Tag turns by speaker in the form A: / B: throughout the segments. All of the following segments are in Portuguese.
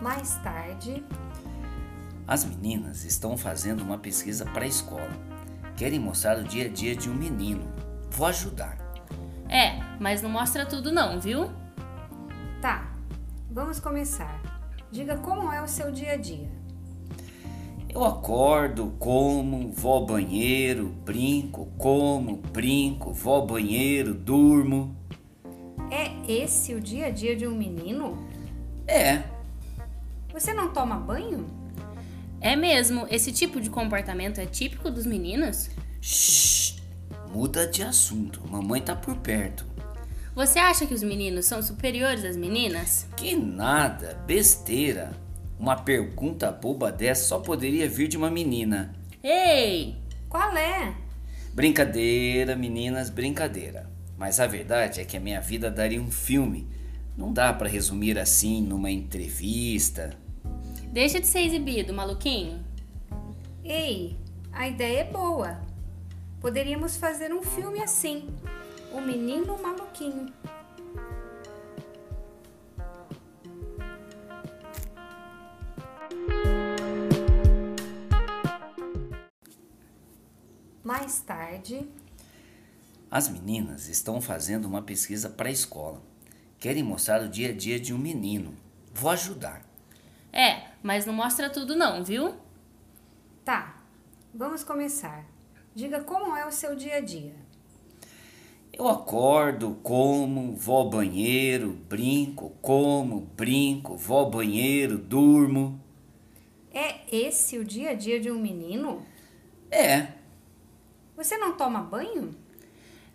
A: mais tarde.
B: As meninas estão fazendo uma pesquisa para a escola. Querem mostrar o dia a dia de um menino. Vou ajudar.
C: É, mas não mostra tudo não, viu?
A: Tá, vamos começar. Diga como é o seu dia a dia.
B: Eu acordo, como, vou ao banheiro, brinco, como, brinco, vou ao banheiro, durmo.
A: É esse o dia a dia de um menino?
B: É,
A: Você não toma banho?
C: É mesmo, esse tipo de comportamento é típico dos meninos?
B: Shhh, muda de assunto, mamãe tá por perto.
C: Você acha que os meninos são superiores às meninas?
B: Que nada, besteira. Uma pergunta boba dessa só poderia vir de uma menina.
C: Ei!
A: Qual é?
B: Brincadeira, meninas, brincadeira. Mas a verdade é que a minha vida daria um filme. Não dá pra resumir assim numa entrevista.
C: Deixa de ser exibido, maluquinho.
A: Ei, a ideia é boa. Poderíamos fazer um filme assim: O Menino Maluquinho. Mais tarde,
B: As meninas estão fazendo uma pesquisa pra escola. Querem mostrar o dia a dia de um menino. Vou ajudar.
C: É, mas não mostra tudo não, viu?
A: tá, vamos começar. Diga como é o seu dia a dia.
B: Eu acordo, como, vou ao banheiro, brinco, como, brinco, vou ao banheiro, durmo.
A: É esse o dia a dia de um menino?
B: É,
A: Você não toma banho?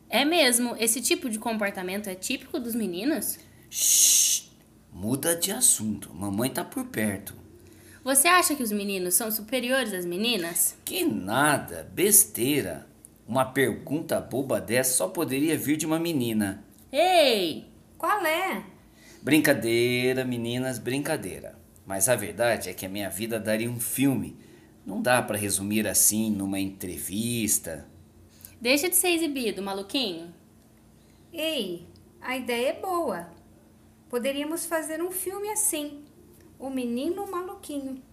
C: É mesmo, esse tipo de comportamento é típico dos meninos?
B: shhh, muda de assunto, mamãe tá por perto.
C: Você acha que os meninos são superiores às meninas?
B: Que nada, besteira. Uma pergunta boba dessa só poderia vir de uma menina.
C: Ei!
A: Qual é?
B: Brincadeira, meninas, brincadeira. Mas a verdade é que a minha vida daria um filme. Não dá pra resumir assim numa entrevista.
C: Deixa de ser exibido, maluquinho.
A: Ei, a ideia é boa. Poderíamos fazer um filme assim: O Menino Maluquinho.